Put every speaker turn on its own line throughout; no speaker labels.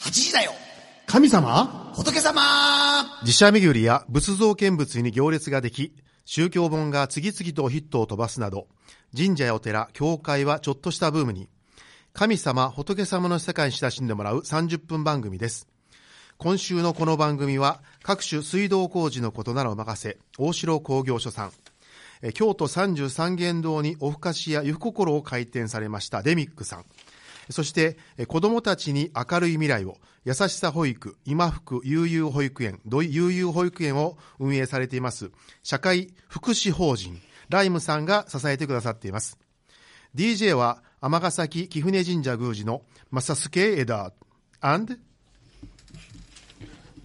8時だよ
神様
仏様
自社巡りや仏像見物に行列ができ、宗教本が次々とヒットを飛ばすなど、神社やお寺、教会はちょっとしたブームに、神様、仏様の世界に親しんでもらう30分番組です。今週のこの番組は、各種水道工事のことならお任せ、大城工業所さん。え京都33元堂におふかしやゆふ心を開店されましたデミックさん。そして、え子供たちに明るい未来を、優しさ保育、今福悠々保育園、どい悠々保育園を運営されています、社会福祉法人、ライムさんが支えてくださっています。DJ は、尼崎貴船神社宮司のマサスケエダー、and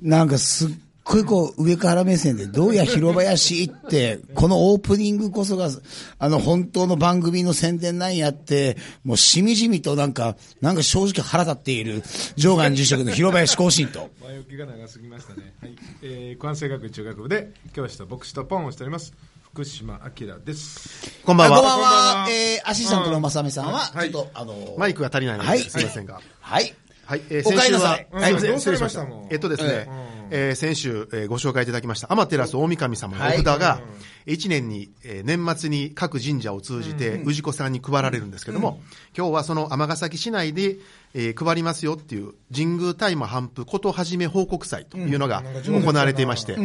なんかすっごいこう上から目線で、どうや広林って、このオープニングこそが、あの本当の番組の宣伝なんやって、もうしみじみとなんか、なんか正直腹立っている、上岸住職の 広林行進と。
前置きが長すぎましたね。はい、えー、関西学院中学部で教師と牧師とポンをしております。福島明です。
こんば
あ
んは。
こんばんは
こんばんは
えー、アシスタントの正美さんは、
はい
ちょっと、あのー
マイクが足りないので、
はい
すみませんが。
はい。
はい、えー
お帰
先
り
週
な
は
さい、
はい
うん
失礼
どうされまし
したた
もう
えっとですね、えー先週、えーご紹介いただきました、天照大神様のお札が、1年に、えー年末に各神社を通じて、氏子さんに配られるんですけども、今日はその尼崎市内で、えー配りますよっていう、神宮大麻頒布ことはじめ報告祭というのが行われていまして、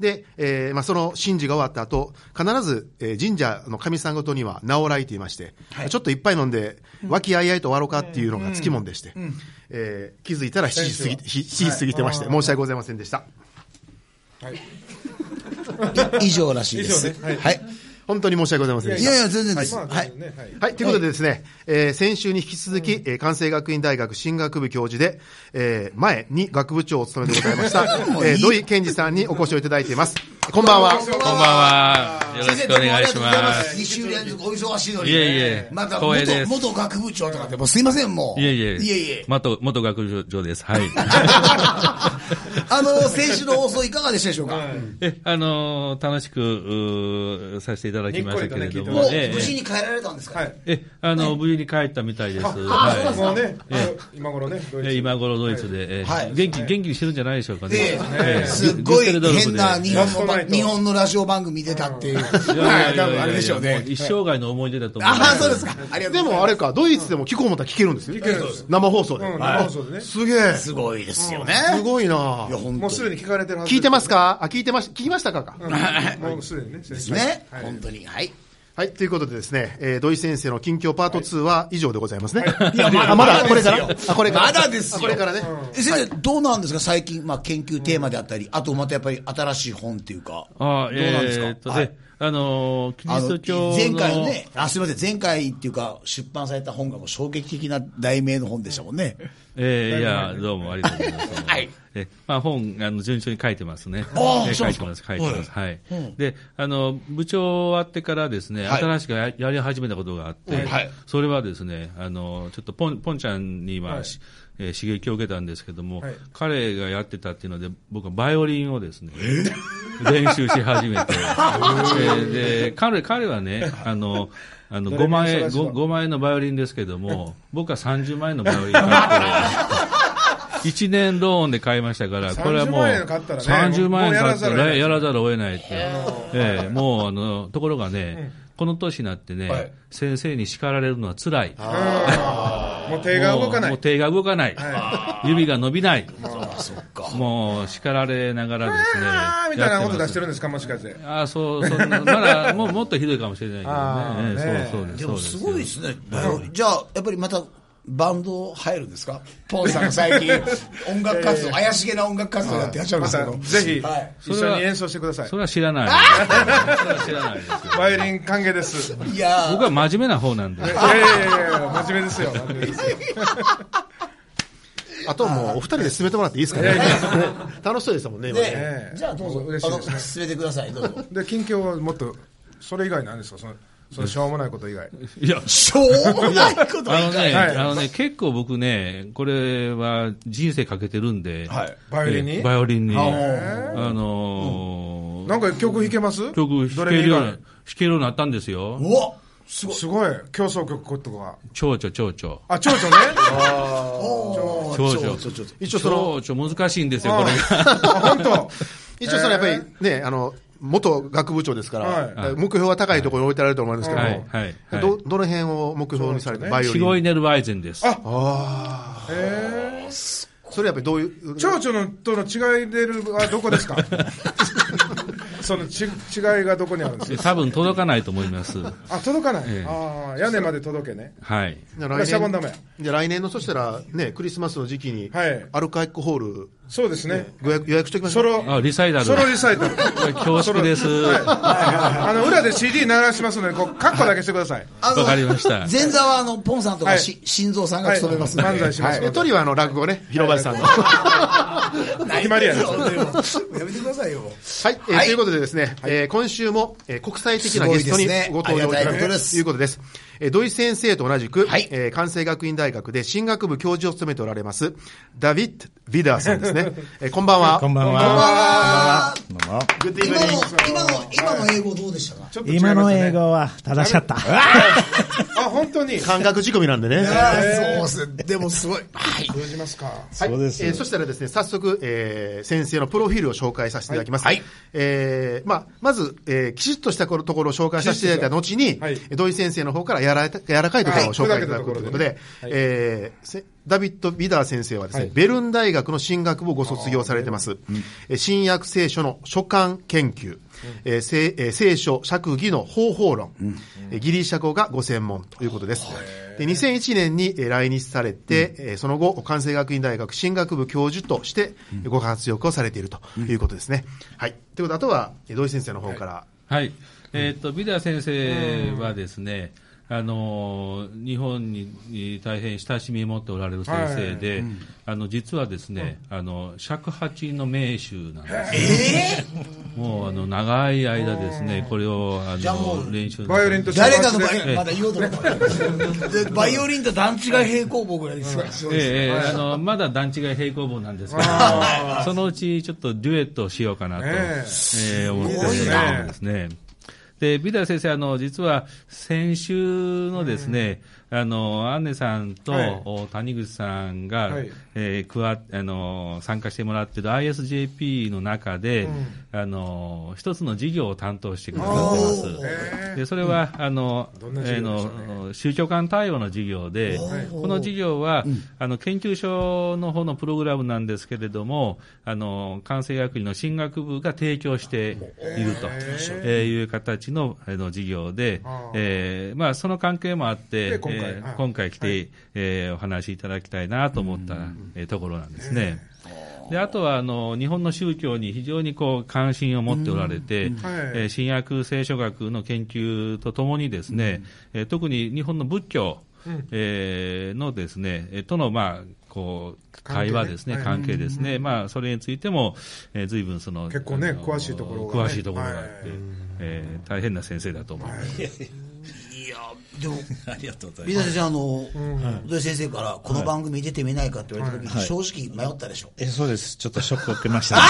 で、えーまあ、その神事が終わった後、必ず、えー神社の神さんごとには名を来ていまして、ちょっといっぱい飲んで、和気あいあいと終わろうかっていうのがつきもんでして、えー気づいたら7時過ぎ、7時過ぎてまして、申し訳ございませんでした。
い以上らしいです。
以上ねはい
はい。
本当に申し訳ございませんで
い
した
やい。や、全然です。
まあ、
はい。
ね、はい。
はい、ということでですね、えー先週に引き続き、えー関西学院大学進学部教授で、えー前に学部長を務めてございまし た、
ういい
えー土井健二さんにお越しをいただいています。こんばんは。
こんばんは。よろしくお願い
先生どう
しま。
もありがとうございます2週連続お忙しいのに。
いえいえ
また
光栄
元
で、す
元学部長とかって、もうすいません、もう。
いえいえ。
いえいえ。
元、元学部長です。 はい。
あの、 先週の放送いかがでしたでしょうか、
え、あのー楽しく、うーさせていただきましたけれども。
に
も
っ
う
こ、
ええ
無事に帰られたんですか、
はい。
え、あの、無事に帰ったみたいです。
あ、そう
は
ですね。あの今頃ね、ドイ
い。
ツ
え今頃ドイツで、え
はい
元気、元気にしてるんじゃないでしょうかね。
で
ええ
すっごい
デュッセルドルフ
変
で
な日本のば
ラストナイト
日本のラジオ番組出たっていう。
い やいやいやいや
多分あれでしょうね
も一生涯の思い出だと思
あ
いま
あ、
す。
そうですか。ありがと
で
うござい
も
ま
あれか、ドイツでも聞こうもったら聞けるんですよ。
るんです
生放送で。
うん生放送でね
すげえ。
す。
す
すごいですよね。
ごいな
や、本
も
当
うす
に。
でに聞かれてるはず。
聞いてますかあ、聞いてまし、聞きましたかか、
うんもうすでにね。で
ね、
はい。
本当に。はい。
はい、ということでですね、えー土井先生の近況パート2は以上でございますね。
いやまだ
あまだ、これか
まだ
ら
ですよ
あ、これから。
まだですよ
あこれからね。
え先生、どうなんですか最近、まあ、研究テーマであったり、あとまたやっぱり新しい本っていうか。
ああ、
どうなんですか
えーっとね、
はい
あのーキリ
あ
スト
の
教の。
前回ね、あ、すみません、前回っていうか、出版された本がもう衝撃的な題名の本でしたもんね。
えー、いや、どうもありがとうございます。
はい。
え、まあ本、あの、順調に書いてますね。
ああ
えー
そう
書
なん
い
ですか
てます、書いてます。はい。で、あの、部長終わってからですね、
はい
新しくややり始めたことがあって、
はい
それはですね、あの、ちょっとポン、ポンちゃんには、しえー刺激を受けたんですけども、
はい
彼がやってたっていうので、僕はバイオリンをですね、練習し始め て、えーで、彼、彼はね、あの、あの、5万円、ご5万円のバイオリンですけども、僕は30万円のバイオリン買って、1年ローンで買いましたから、これはもう、
30万円買ったらね
30万円買った
もうやらざるを得な
ら
い
やらざるを得ないって。ええもう、あの、ところがね、この年になってね、
はい
先生に叱られるのは辛い。
もう手が動かな
もうもう
い。
手が動かない。指が伸びない。
あ、そっか。
もう叱られながらですね。
あーみたいなこと出して
る。
るんですか、もしかして。
ああ、そう、そんな、まだ、もう、もっとひどいかもしれ
あ
ない
ー
けどね。ええ
ね
そう、そうです。。
でもすごいですすね。じゃあ、やっぱりまた、バンド入るんですかポンさんが最近、音楽活動、怪しげな音楽活動やってらっしゃいま
ます
け
た
ど。
ぜひ
はい、
一緒に演奏してください
そ。れは知らない。それは知らないですよ。
バイオリン歓迎です。い
いやー
僕は真面目な方な んで。
やいやいやいや、真面目ですよ。真面目ですよ
あともう、お二人で進めてもらっていいですかね。 楽しそうでしたもんね、今ね。
ねじゃあどうぞ、
嬉し
あ
い
の、
ですね
進めてください、どうぞ。
で近況はもっとそれ以外なんですかそのそのしょうもないこと以外
いや、
しょうもないこと
あの
ない
ね、
はい
あのね、結構僕ね、これは人生かけてるんで、
はい
バイオリンに
ええバイオリンに、あ
ー
のー
なんか曲弾けます
曲弾
ど
け
れ
る
以
よう
外
な、弾けるようになったんですよ。
うわ
すごい。すごい。競争曲とか。
蝶々、蝶々。
あ、蝶 々ね。
おー
蝶々
ちょちょちょちょ
一応その、
蝶々難しいんですよ、これが。
あ、本当。
一応そのやっぱりね、あの、元学部長ですから、
はい
目標は高いところに置いてあると思うんですけども、
はいはいはい
ど、どの辺を目標にされて、バイオ
シ
リ
ロ
ン。
イネルワイゼンです。
えー
それやっぱりどういう、
蝶々のとの違いでるはどこです かそのち違いがどこにあるんですか
多分届かないと思います。は
あ、届かない。
ええ
ああ、屋根まで届けね。
い。
じゃあ
これはシャボン
来
玉や
年、じゃあ来年のそしたらね、クリスマスの時期に、
はい
アルカイックホール、
そうですね。
ご予約予約しておきましょ
ソ
う。
ロ、
あ、リサイタル。
ソロリサイタル。
恐縮です。わ
あの、裏で CD 流しますので、こう、カッコだけしてください。
あの
かりました。
前座はあの、ポンさんとか、
はい
し心臓さんが務めますんで。
はい漫才します
でトリはあの、落語ね、広林さんの。
決まりやね。
やめてくださいよ。
はい、えーということでですね、えー今週も、えー国際的なゲスト
す
に
ごいですね
ご登場いただ
ありがたいこと
く
です
ということです。えー土井先生と同じく、
はい
えー関西学院大学で進学部教授を務めておられます、ダビッド・ビダーさんです ね。えーこんばんは。
こんばん
こんばん
は。
は
グッドイブ
今
ニン
の
グ、
今の、今の英語どうでしたか
ちょっと違いますね
今の英。語は正しかった。
あ、本当に。
感覚仕込みなんでね。
そうっす。でもすごい。はい。
通じますか。
はい
そうです
えーそしたらですね、早速、えー先生のプロフィールを紹介させていただきます。
はいはい
えーまあ、まず、えーきちっとしたところを紹介させていただいた後に、
はい
土井先生の方からやら柔らかいところを紹介いただくということで、
はい
えーせダビッド・ビダー先生はですね、
はい
ベルン大学の進学部をご卒業されてます。えー新約聖書の書簡研究、えー聖えー聖書釈義の方法論、えーギリシャ語がご専門ということです。で2001年にえー来日されて、えーその後、関西学院大学進学部教授としてご活躍をされているということですね。はい。ということで、あとは、えー土井先生の方から、
はい。えっ、と、ビダ先生はですね、あのー、日本にに大変親しみを持っておられる先生で、あの、実はですね、あの、尺八の名手なんです。もう、あの、長い間ですね、これを、あ
ゃあもう
の、練習
バイオリンと
誰かのバ
バイオ
イまだ言おうと思った。でバイオリンと段違い平行棒ぐらいですから。そうです
ええええあのまだ段違い平行棒なんですけども、そのうちちょっとデュエットをしようかなと、
ねえ
ええ思っており
ね
ますね。で、ビダ先生、あの、実は先週のですね、あの、アンネさんと、
はい
お谷口さんが、
はい
えー加わあの、参加してもらってる ISJP の中で、あの、一つの事業を担当してくださってます。でそれは、あの、え
どんな授
ー
業でしょうね
の宗教間対応の授業で、この授業は、あの研究所の方のプログラムなんですけれども、あの関西学院の進学部が提供していると、えーいう形のあの授業で
あー、
えーまあ、その関係もあって、
で今回
え
はい
ー今回来て、えーお話しいただきたいなと思った、えーところなんですね。であとはあの日本の宗教に非常にこう関心を持っておられて、
はい
えー新約聖書学の研究とともにですね、えー特に日本の仏教、えーのですね、えーとのまあこう
関係ね
会話ですね、
はい
関係ですね、まあそれについても、えー、随分その
結構ね
あの
詳しいところがね
詳しいところがあって、
はい
えー大変な先生だと思います。
いや、でも、
ありがとうござ
水田先生、あの、土井先生から、この番組出てみないかって言われた時に、正直迷ったでしょ。
え、そうです。ちょっとショックを受けました。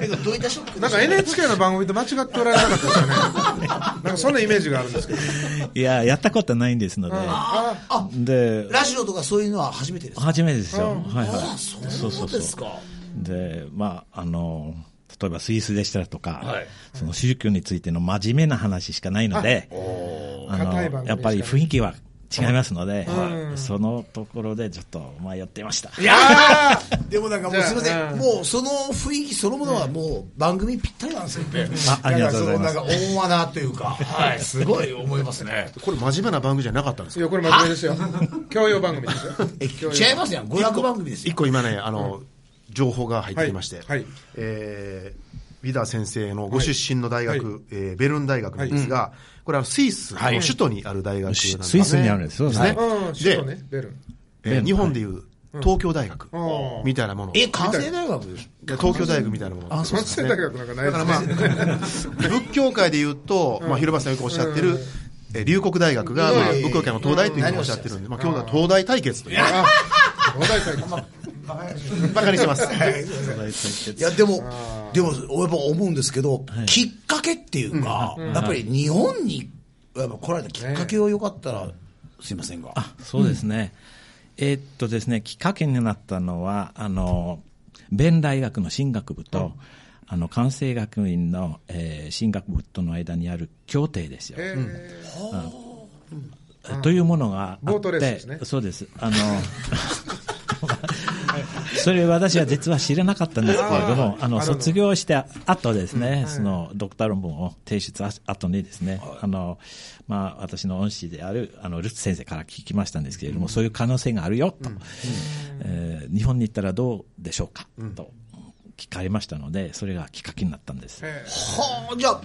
えどういったショック
なんか NHK の番組と間違っておられなかったですかね。なんかそんなイメージがあるんですけど。
いや、やったことないんですの
あ、
で。で、
ラジオとかそういうのは初めてですか
初めてですよ。はいは
あ
い。
そうですか。
で、まあ、あの、例えばスイスでしたらとか、その宗教についての真面目な話しかないので、あ
硬い番組ですか
の、
ね
やっぱり雰囲気は違いますので、そのところでちょっと迷っていました。
あ
でもなんかもうすいませ
じゃあ
ん、もうその雰囲気そのものはもう番組ぴったりなんですよね。
あありがとうございます
なんかそのなんか温和なというか、はい、すごい思いますね。
これ真面目な番組じゃなかったんです
いや、これ真面目ですよ。教養番組ですよ。
え違いますやん、娯楽番組です
一
よ。
個今ね、あの、情報が入ってきまして、
はいはい
えービダ先生のご出身の大学、
はい
えーベルン大学なんですが、これはスイスの首都にある大学なんですね、
スイスにあるんですよ
ですね。
うん、首
で、
都ね、ベルン。
えー日本でいう東京大学
うん
みたいなもの、
え、関西大学です。
東京大学みたいなもの。
あ、そう
関
です
西大学なんかないですね。
仏教界で言うと、まあ、広場さんよくおっしゃってる、えー龍谷大学が、まあ、
うん
仏教界の東大というふうにおっしゃってるんで、まあ、今日は東大対決という、
あ、東大会
バカにしてます。
いや、でも、でも、やっぱ思うんですけど、きっかけっていうか、やっぱり日本に、やっぱ来られたきっかけをよかったら、すいませんが。
あそうですね、えーっとですね、きっかけになったのは、あの弁大学の進学部と、あの関西学院の、えー進学部との間にある協定ですよ。
え
というものがあって、
ボートレースですね
そうです。あの それ私は実は知らなかったんですけれども、
あー
あの
あるの
卒業して後ですね、そのドクター論文を提出あ後にですね、あのまあ私の恩師であるあのルツ先生から聞きましたんですけれども、そういう可能性があるよと、えー日本に行ったらどうでしょうかと聞かれましたので、それがきっかけになったんです。
はあ、じゃあ、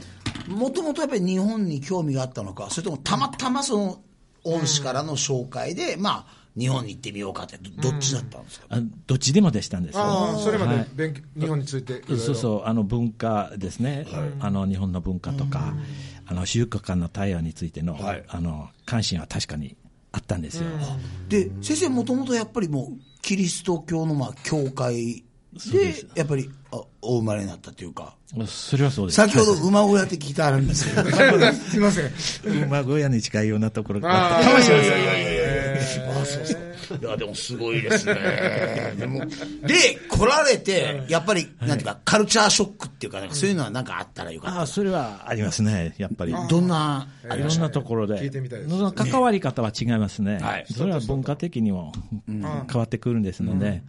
もともとやっぱり日本に興味があったのか、それともたまたまその恩師からの紹介で、まあ、日本に行ってみようかって、どどっちだったんですか、
あどっちでもでしたんですよ
ああそれま
は
で
い
勉強日本についていろいろ
そうそう、あの文化ですね、あの日本の文化とか、あの宗教間の対話についての、
はい
あの関心は確かにあったんですよ。
で先生、もともとやっぱりもう、キリスト教のまあ教会
そう
で
です、
やっぱりあお生まれになったというか、
それはそうです。
先ほど馬小屋って聞いたあるんですけど、
すいません
馬小屋に近いようなところがあ
ああ
って、
かもしれ
いや
ま
いや
せん
いやいやいやあそうそう いやでもすごいですね でもで来られてやっぱり、なんていうかカルチャーショックっていうかなんかそういうのはなんかあったらよか
あ
っ
あ、それはありますね、やっぱり。
たどんなあり
いろ
まし
ん
た
なところで、
聞いてみたいです
その関わり方は違いますね、
はい
それは文化的にもうん変わってくるんですので、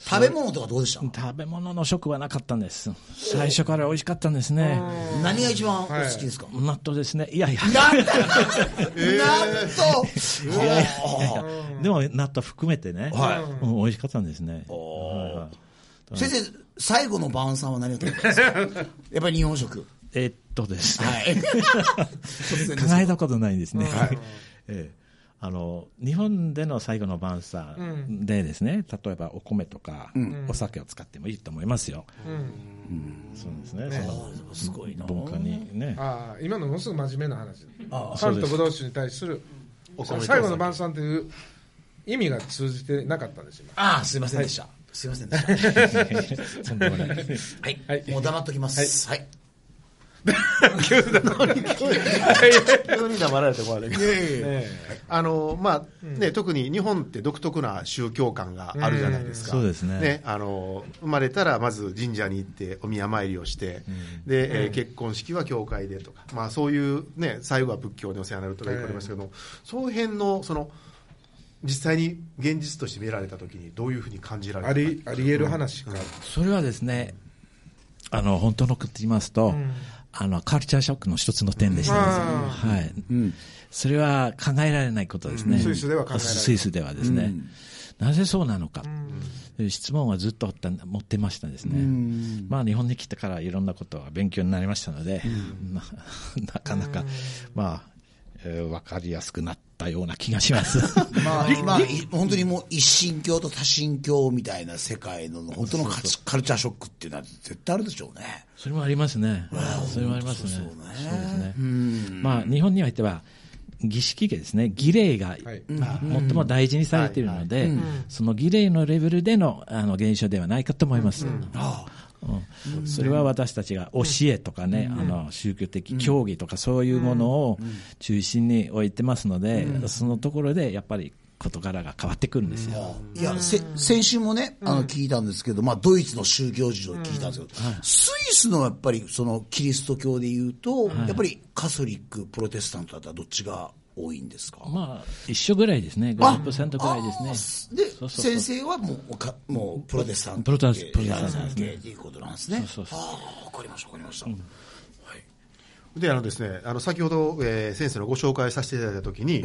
食べ物とかどうでした
食べ物の食はなかったんです、最初から美味しかったんですね、
何が一番お好きですか、
納豆ですね、いやいや、
なんだなんと、は
でも納豆含めてね、
はい
うん美味しかったんですね。はいはい
あ先生最後の晩餐は何を食べたんです かやっぱり日本 食
えっとですね、
はい 突然です
考えたことないですね。 ええあの日本での最後の晩餐でですね、例えばお米とかお酒を使ってもいいと思いますよ。そうですね。その
すごいな
文化にね。
ああ今のものすごく真面目な話
あ
関東ブドウ酒に対する最後の晩餐という意味が通じてなかったんです今
ああすいませんでした、すいませんでした
とんでもない。
はい、もう黙っときます。はい。
急に黙られてもらえない
え
あのまあね、特に日本って独特な宗教観があるじゃないですか、
うんそうですね
あの生まれたらまず神社に行ってお宮参りをして、でえー結婚式は教会でとか、まあ、そういう、ね、最後は仏教にお世話になるとか言われましたけど、その辺のその実際に現実として見られたときに、どういうふうに感じら
え
れ
あ
た
りあり得る話が
それはですね、あの本当のこと言いますと、あのカルチャーショックの一つの点でした、
うん
はいそれは考えられないことですね、
うんスイスでは考えられない
スイスではですね、なぜそうなのか、質問はずっとあったんだ持ってましたですね、まあ、日本に来てからいろんなことは勉強になりましたので、な なかなか、まあ、え分かりやすくなったような気がします。
まあ、まあ、い本当にもう一神教と多神教みたいな世界の本当のカチカルチャーショックっていうのは絶対あるでしょうね。
それもありますね。それもありますね。
そ
そうう
そうね
ですね。まあ、日本においては、儀式ですね、儀礼が、
い
まあ最も大事にされているので、その儀礼のレベルでのあの現象ではないかと思います。うんそれは私たちが教えとかね、あの宗教的教義とかそういうものを中心に置いてますので、そのところでやっぱり事柄が変わってくるんですよ。
いや、せ先週もね、あの、聞いたんですけど、まあ、ドイツの宗教事情で聞いたんですけど、スイスのやっぱり、その、キリスト教で言うと、やっぱりカソリック、プロテスタントだったらどっちが多いんですか
まあ、一緒ぐらいですね、50%ぐらいですね。
で
そうそうそう
先生はもうかもうプロテスタント
プロテスプロテスタント
系っていうことなんですね。
そうそう
ああわかりましたわかりました。
であのですね、あの先ほど、えー先生のご紹介させていただいたときに、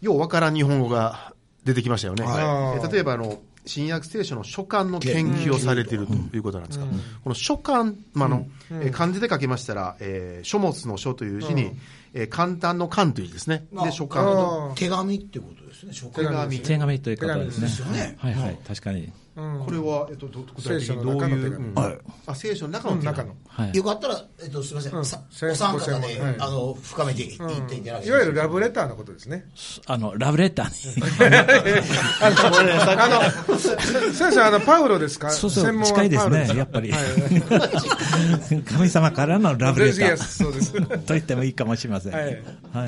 ようわからん日本語が出てきましたよね、
はい
えー例えばあの新約聖書の書簡の研究をされているということなんですが、この書簡、まああのえー漢字で書きましたら、えー書物の書という字に、えー簡単の簡という字ですね、で書簡
あ
と
ー
手紙ってことですね。書
手紙
手紙ということですね。
ですよね
はいはい、確かに。
これは、えっと、ど具体的にどう
聖書の中
い
の手
う、う
紙
ん
はい
あ聖書の中
こ
の
の
手紙
中の
はい
よかったら、えっと、すみません、さ
千
お三方
五
で、
千万はい
あの深めていっていただけますか
いわゆるラブレターのことですね。
あの、ラブレターに。
あの、先生、あの、パウロですか
そうそ
専門
う、
は
近いです
パウロ
ね、やっぱり
はい。
神様からのラブレタ
全然そうです
ー。と言ってもいいかもしれません。
はい
はい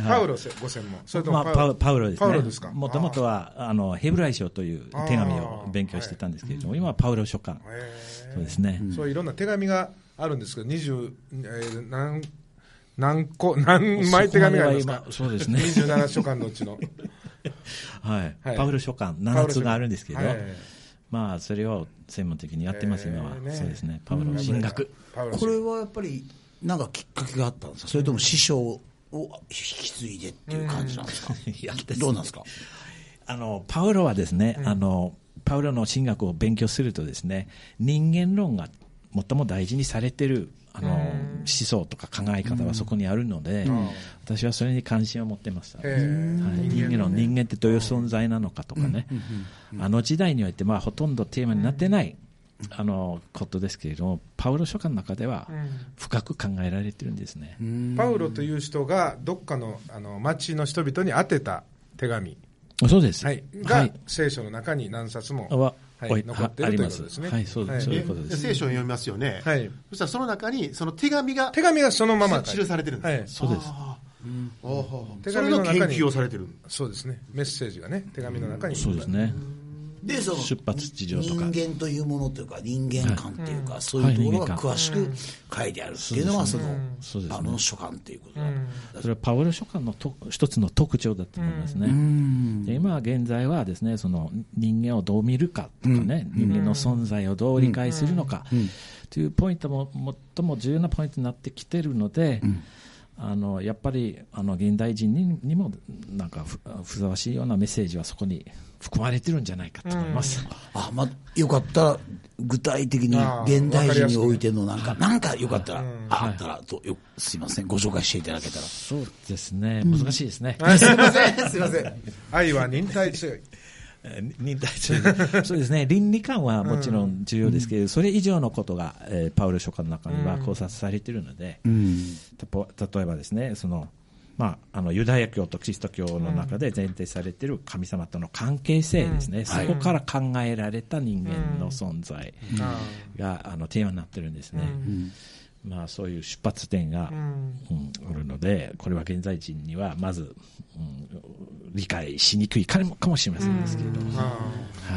パウロご専門。それと
ま
も
あ、パウパウロです
パ
ね。
ウロですか。
もともとは、あの、ヘブライ書という手紙を勉強してたんですけれども、今はパウロ書簡。
あー。へー
そうですね。
そういろんな手紙があるんですけど、二十、えー何、何個、 何枚手紙がありますか
そこまでは今そうですね
二十七書簡のうち の。
はい
はい。
パウロ書簡、
パウ
7
ロ
つ
書
があるんですけど
はい、
まあ、それを専門的にやってます、今は
えー。ね
そうですね。パウロ進学。
パウロ
これはやっぱり、なんかきっかけがあったんですかそれとも師匠を引き継いでっていう感じなんですか
いやですね
どうなんですか
あのパウロはですね、あのパウロの神学を勉強するとですね人間論が最も大事にされてるあの思想とか考え方はそこにあるので、私はそれに関心を持ってました、
へ
はい
ー
人間論人間ってどういう存在なのかとかね、あの時代において、まあ、ほとんどテーマになってない、あのことですけれどもパウロ書簡の中では深く考えられてるんですね、
パウロという人が、どっかの、あの、町の人々に宛てた手紙。
そうです、
はい。
は
が
い、
聖書の中に何冊も。
は
は
お
い。
い
残って
あ
る
り
という
ま
ことですすね。
はいそうですそういうことです
聖書を読みますよね、
はい
そしたらその中にその手紙が
手紙がそのまま。
記記されてるんです、
はい。
そうです
おーほーほー
手
それ
紙の
の
中
研
に
究をされてる
そうですね。メッセージがね、手紙の中に。
そうです ね、
でその
出発地上とか
人間というものというか人間観というか、そういうところが詳しく書いてあるっていうのがその、
そうですね
あの書簡ということだ、
それはパウロ書簡のと一つの特徴だと思いますね。で今現在はですねその人間をどう見るかとかね、人間の存在をどう理解するのかというポイントも最も重要なポイントになってきてるので、あのやっぱりあの現代人ににもなんかふふさわしいようなメッセージはそこに含まれてるんじゃないかと思います。
あ、ま、よかったら、具体的に現代人においてのなんか、なんかよかったら、ああったらとよ、すいません、ご紹介していただけたら。
そうですね難しいですね。
愛は忍耐強い。
えー忍耐という そうですね、倫理観はもちろん重要ですけれど、それ以上のことが、えーパウロ書簡の中には考察されているので、たぽ例えばですね、そのまあ、あのユダヤ教とキリスト教の中で前提されている神様との関係性ですね、そこから考えられた人間の存在が、あのテーマになってるんですね。まあ、そういう出発点が、うんあるので、これは現在人にはまず、うん理解しにくいかもかもしれませんですけれども、
の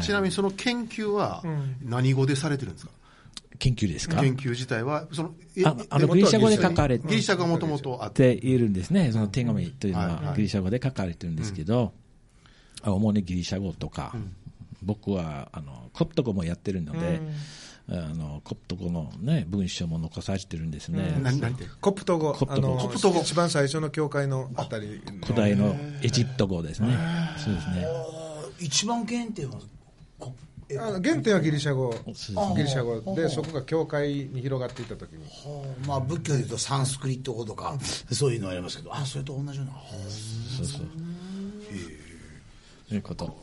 ちなみにその研究は何語でされてるんですか、
研究ですか
研究自体はそのえ
ああ
元
の
は
ギリシャ語で書かれ
ギリシャがもともとあって
ているんですね、その手紙というの
はいは
はいギリシャ語で書かれてるんですけど、あ主にギリシャ語とか、僕はあのコプト語もやってるので、あのコプト語の、ね、文章も残されてるんですね、
何何て
コプト語。
コプト語
あの
コ
プト語
一番最初の教会のあたりの。
古代のエジプト語ですね、そうですね。
あ一番原点はこえ
あの原点はギリシャ語
す
ギリシャ語でそこが教会に広がっていった時に
まあ、仏教でいうとサンスクリット語とかそういうのありますけどあそれと同じような
そうそう。ということ。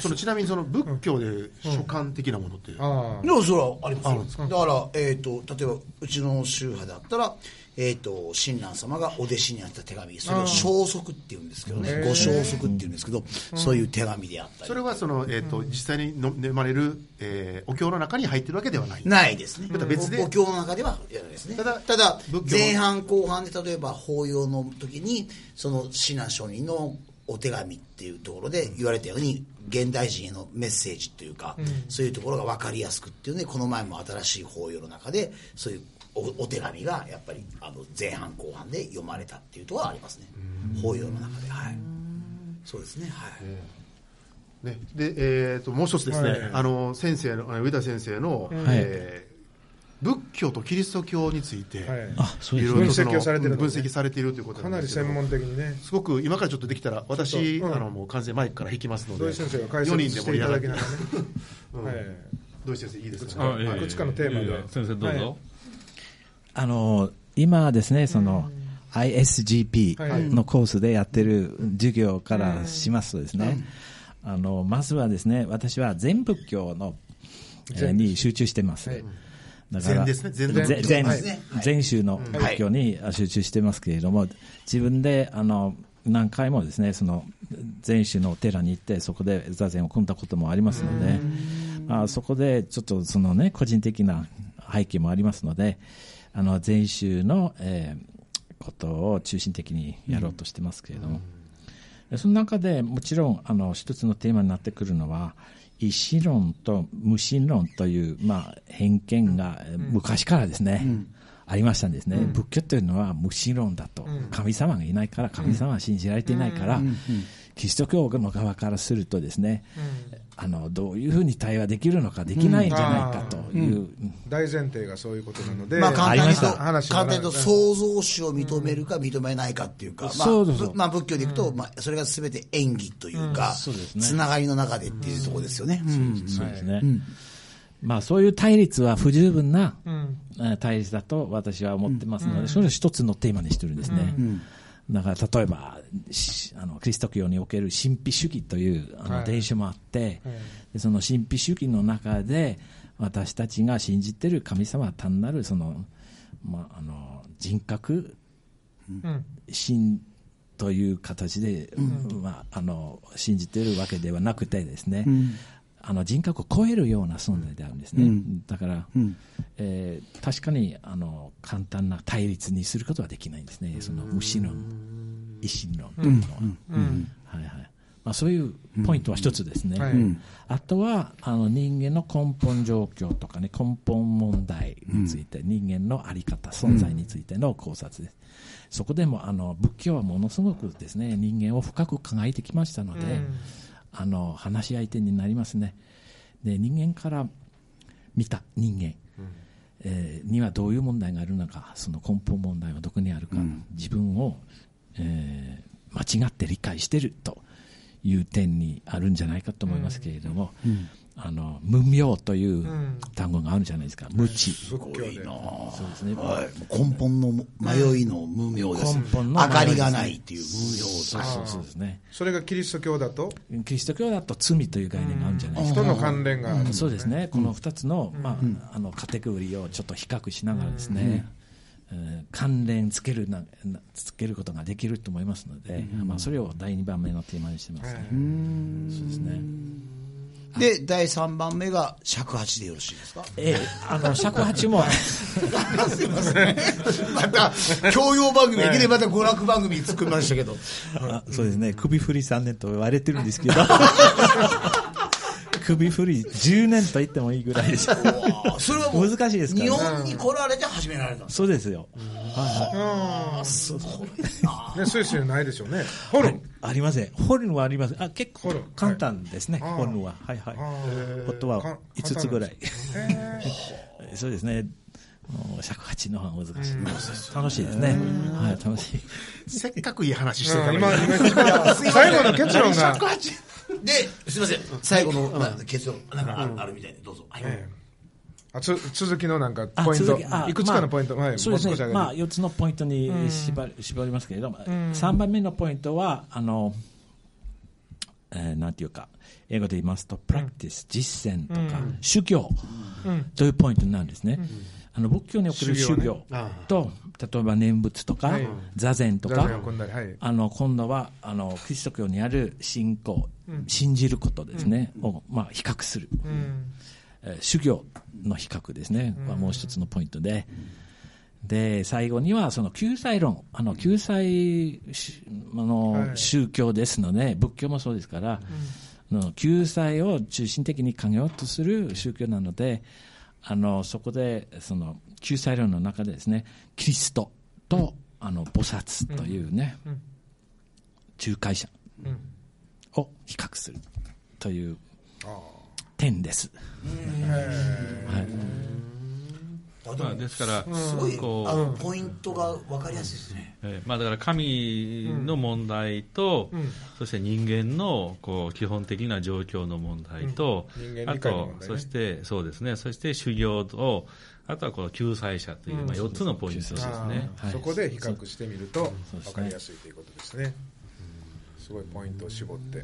そのちなみにその仏教で書簡的なものって、
あ
でもそれはありますよだから、えー、と例えばうちの宗派だったら、えー、と親鸞様がお弟子にあった手紙それを消息っていうんですけどねご消息っていうんですけど、そういう手紙であったり
それはその、えーと実際に飲まれる、えーお経の中に入ってるわけではない
ないですね
また別で
おお経の中ではやらないですね
た
た
だ
だ
仏教の
前半後半で例えば法要の時にその指南書人のお手紙っていうところで言われたように現代人へのメッセージというか、そういうところが分かりやすくっていうねこの前も新しい法要の中でそういうおお手紙がやっぱりあの前半後半で読まれたっていうところはありますね法要の中ではいそうですねはい、
ね、で、えー、ともう一つですね、あの先生のあの上田先生の、えー仏教とキリスト教について、、
はいい
あ、そうです
ろいろその
分析をされてるのね
分析されているということ
か
な
なん
で
り
すけど
専門的にね
すごく今からちょっとできたら私、
うん
あのもう完全マイクから引きますの
土
で
井先生が解
四
説
人で盛
して
り
いた
上がっ
だき
て
ながらねはい
土井先生いいですか、
あええこっちからのテーマで
いやいや先生どうぞ。
あの、今ですね、その、
はい
ISGP のコースでやってる授業からしますとですね、あの、まずはですね、私は全仏教のえーに集中してます。だか
禅
ら
ですね禅
ぜ
禅
全
はいはい
全州の仏教にあ集中してますけれども、自分であの何回もですねその全州のお寺に行って、そこで座禅を組んだこともありますので、まあ、そこでちょっとその、ね、個人的な背景もありますので、あの禅宗の、えーことを中心的にやろうとしてますけれども。でその中でもちろんあの一つのテーマになってくるのは意思論と無心論という、まあ、偏見がえー昔からですね、ありましたんですね、仏教というのは無心論だと、神様がいないから神様は信じられていないから、キリスト教の側からするとですね、あのどういうふうに対話できるのかできないんじゃないかという、
大前提がそういうことなので、
まあ簡単に
あ
と、
りま
した話が
簡単にと創造主を認めるか認めないかっていうか、まあ
そうそうそう
ぶまあ仏教でいくと、まあそれが全て演技というか、
そうですね
つながりの中でっていうところですよね。うん
そうですね、まあ、そういう対立は不十分な、
ん
えー対立だと私は思ってますので、それを一つのテーマにしてるんですね。だから例えばしあのキリスト教における神秘主義というあ
は
の
い
伝承もあって、でその神秘主義の中で私たちが信じてる神様は単なるその、まあ、あの人格
うん
信という形で、まあ、あの信じているわけではなくてですね、あの人格を超えるような存在であるんですね、だから、えー確かにあの簡単な対立にすることはできないんですね、その無心論、維新論というのは。
うん
はいはいまあ、そういうポイントは一つですね、
うんはい
あとはあの人間の根本状況とか、ね、根本問題について、人間の在り方、存在についての考察です、そこでもあの仏教はものすごくです、ね、人間を深く考えてきましたので、あの話し相手になりますね、で人間から見た人間、えーにはどういう問題があるのか、その根本問題はどこにあるか、自分を、えー間違って理解してるという点にあるんじゃないかと思いますけれども、あの無明という単語があるじゃないですか、無知。
仏教で。
そうですね
はい根本の迷いの無明です。
根本
明
の迷いですね
かりがないっていう無明です
そうそうそうですね。
それがキリスト教だと、
キリスト教だと罪という概念があるんじゃないですか
人の関連がある。
そうですね、この2つの,、まあ、あのカテゴリーをちょっと比較しながらですね、えー関連つけるななつけることができると思いますので、まあ、それを第2番目のテーマにしてますね。そうですね
で、第3番目が尺八でよろしいですか
ええ、あの尺八 も
すいません。また、教養番組、いきなりまた娯楽番組作りましたけど。
あそうですね首振り3年と言われてるんです けど首振り10年と言ってもいいぐらいです
わあそれはもう
難しいですから
日
ね
本に来られて始められたんです
そうですよ、はいはい
ね、スイスにないでしょうね。ホルン。
ありませんホルンはありませんあ結構
ホルン
簡単ですね、ホルンははいはい
ー
音は5つぐらい。
へー
そうですね。もう尺八の方が難しい。楽しいですね。はい、楽しい。
せっかくいい話してたの
うん
に
今、今一番最後の結論が。
よ。で、すいません。最後の、まあ、結論、なんかあるあるみたいで、どうぞ。はい
ええあつ続きのなんか
あ
ポイント
続きあ、
いくつかのポイント、
まあ
はい、
そうです
もう少し上
ね。
げて
まあ、4つのポイントに縛り縛りますけれども、3番目のポイントは、あの、えーなんていうか、英語で言いますと、プラクティス、実践とか、宗教というポイントになるんですね。あの仏教における
修
宗
行
教と、例えば念仏とか
はい、
座禅と
座
か
禅を組んだりはい、
あの今度はあのキリスト教にある信仰、信じることですね、を、まあ、比較する、えー修行の比較ですね、はもう一つのポイントで、で最後にはその救済論、あの救済しあの、
はい
宗教ですので、仏教もそうですから、あの救済を中心的に考えようとする宗教なので、あのそこでその救済論の中でですね、キリストと、あの菩薩というね、仲介者を比較するという点です。はい
あで
まあ、
も
ですから、
すごい、
こう
あの、ポイントが分かりやすいですね。
えーまあ、だから神の問題と、そして人間のこう基本的な状況の問題と、
うん人間
あ
理解の
と
問題、ね
そしてそうですねそして修行とあとはこの救済者という、まあ、4つのポイントですね。
あーそこで比較してみると
そ
分
うですね
かりやすいということですね。すごいポイントを絞って。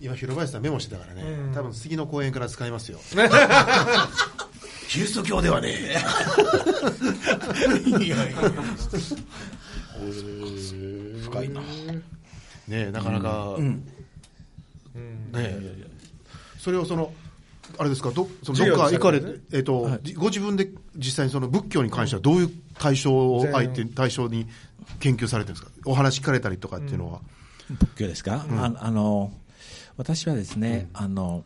今広林さんメモしてたからね、多分次の公演から使いますよ
キリスト教ではねいやいや深いな
ねなかなか、ねそれをそのあれですかどそのどっか行かれ、えっとじご自分で実際にその仏教に関してはどういう対象を相手対象に研究されてるんですかお話聞かれたりとかっていうのは、
仏教ですか、ああの私はですね、あの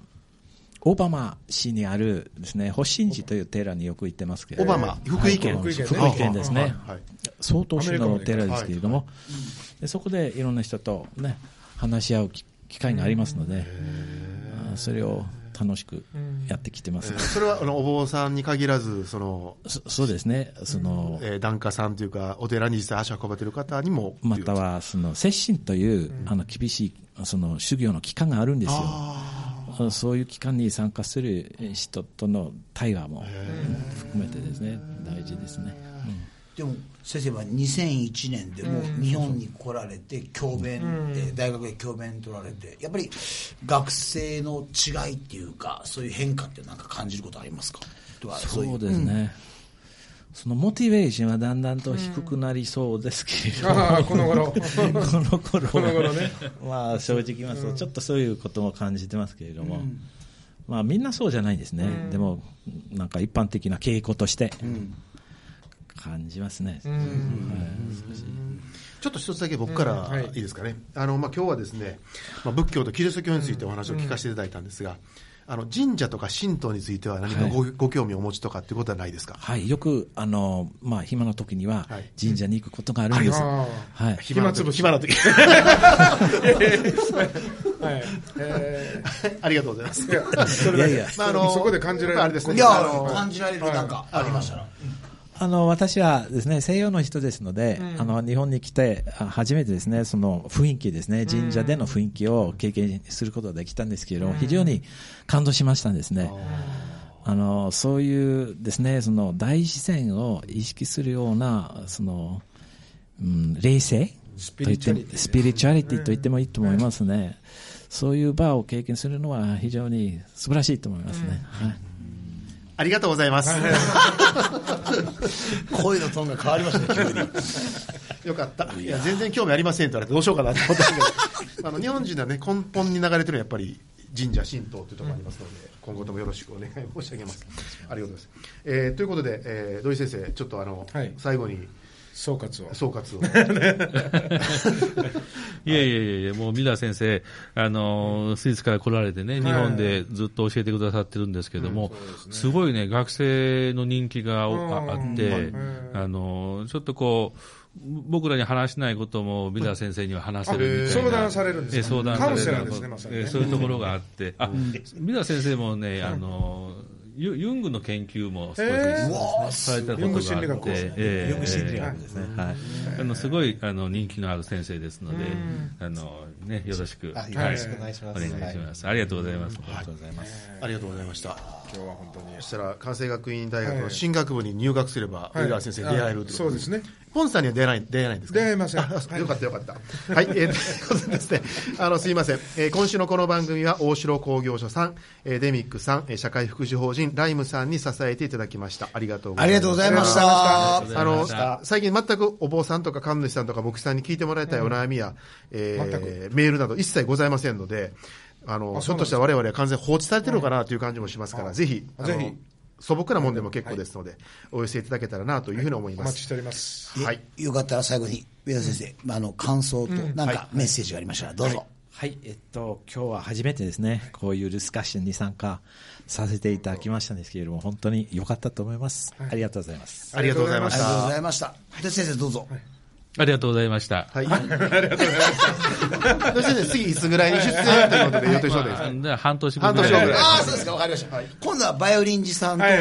オバマ市にあるですね保身寺という寺によく行ってますけれど
オバマ福井県
福井県
福井県ね
ですね
はい
曹洞宗のお寺ですけれども、でそこでいろんな人と、ね、話し合うき機会がありますので、あそれを楽しくやってきてます、
それはあのお坊さんに限らずその、
そそうですねその、
えー、檀家さんというかお寺に実際足を運ばれてる方にも
またはその接心という、あの厳しいその修行の期間があるんですよ、そういう期間に参加する人との対話も含めてですね、大事ですね。
でも先生は2001年でもう日本に来られて教鞭、えー大学で教鞭取られてやっぱり学生の違いっていうかそういう変化ってなんか感じることありますかとは
そ
いう
ですね、そのモチベーションはだんだんと低くなりそうですけれども、
ああこの頃
この頃
この頃ね
まあ正直言いますと、ちょっとそういうことも感じてますけれども、まあみんなそうじゃないんですね、でもなんか一般的な傾向として感じますね、はい少し
ちょっと一つだけ僕から
はい
いいですかね、あのまあ今日はですね、まあ、仏教とキリスト教についてお話を聞かせていただいたんですが、あの神社とか神道については何かご,、ご興味をお持ちとかっていうことはないですか、
はい、よくあの、まあ、暇の時には
はい
神社に行くことがあるんです、
あ
はい、
暇つぶし
暇 な時
はいえ
ありがとうございます
ーいやそれだけ
いやいや
まああのそこで感じられる
あれですね
いや
あの
感じられるなんかありましたら、
あの私はですね西洋の人ですので、あの日本に来てあ初めてですねその雰囲気ですね神社での雰囲気を経験することができたんですけれども、非常に感動しましたんですね。あのそういうですねその大自然を意識するようなその、うん、冷静
ス
と
ピ
言
リ
っ
チュアリ
て
ティ
スピリチュアリティと言ってもいいと思いますね、そういう場を経験するのは非常に素晴らしいと思いますね。はい
ありがとうございます、
声のトーンが変わりましたね急に
よかったいや全然興味ありませんって言われてどうしようかなと思ったんですけど あの日本人の、ね、根本に流れてるのはやっぱり神社神道というところがありますので、今後ともよろしくお願い申し上げますありがとうございます、えーということで、えー土井先生ちょっとあの、
はい
最後に
総括を
総括を
いやいやいやいや、もうミラー先生、あの、スイスから来られてね、日本でずっと教えてくださってるんですけども、すごいね、学生の人気がああって、あの、ちょっとこう、僕らに話しないことも、ミラー先生には話せるみたいな。
あ相談されるんですね
え相談さ
カウ
れる
ンセラーですねまさにね
えそういうところがあって、あ、ミラー先生もね、あの、ユユングの研究も少し
え
されたこ
ユ
とがあって、
ング心理学ですね
ええ
ユング心理学
ですね。はい。あの、すごい、あの、人気のある先生ですので、あの、ね、よろしく。
あよろしくお願いします
はいお願いします。ありがとうございます。
ありがとうございました
今日は本当に
そしたら関西学院大学の進学部に入学すれば、上川先生に出会えるということ
そうですね
ポンさんには出会えない出会えないんですか、
出会えません
あそうよかったよかった。はい、えー、ということでですね、 あの、すいません。えー今週のこの番組は、大城工業所さん、えーデミックさん、えー社会福祉法人、ライムさんに支えていただきました。ありがとうござ
あ
い
り
ま
がとう
す
ご。ざいました。
ありが
あ
と
の
うございました、
最近全くお坊さんとか神主さんとか牧師さんに聞いてもらいたいお悩みや、えーメールなど一切ございませんので、あの、ひょっとしたら我々は完全に放置されてるのかなという感じもしますから、ぜひ、あの
ぜひ
素朴なもんでも結構ですので、お寄せいただけたらなというふうに思い
お
ま
待ち
す。
しております
で
はい
よかったら最後に上田先生、まあ、あの感想となんかメッセージがありましたらどうぞ、
はい、えっと、今日は初めてですね、こういうディスカッションに参加させていただきましたんですけれども、本当に良かったと思います。ありがとうございます。
ありがとうございま
あ
し
りがとう
た
ご。ざいましたで先生どうぞ、
ありがとうございました。
はい。 ありがとうございました。そしてね次いつぐらいに出演ということで予定しておいてです
あ
か。
ので半年
半年後ぐらい
ああそうですかわかりました、今度はバイオリン持参と、
はいね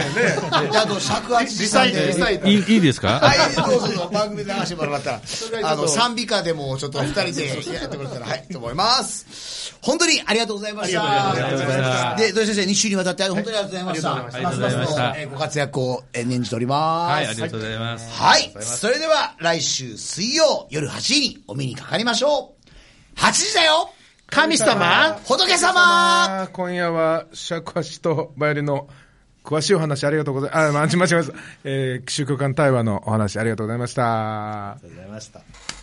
であと尺八持参で
リサイタ
いいいいですか
はい、どうぞどうぞ番組で流してもらったら、あの、賛美歌でもちょっと二人でやってもらったら、はい、と思います。本当にありがとうございました。
ありがとうございました
で、土井先生、2週にわたって、本当にありがとうございました。
ありがとうございま
ま
した
すますのえーご活躍をえー念じております。
はい、ありがとうございます。
はい。それでは、来週水曜夜8時にお目にかかりましょう。8時だよ神様仏様
あー今夜は尺足とバイオリンの詳しいお話ありがとうございます。あ、間違えました。えー、宗教間対話のお話ありがとうございました。
ありがとうございました。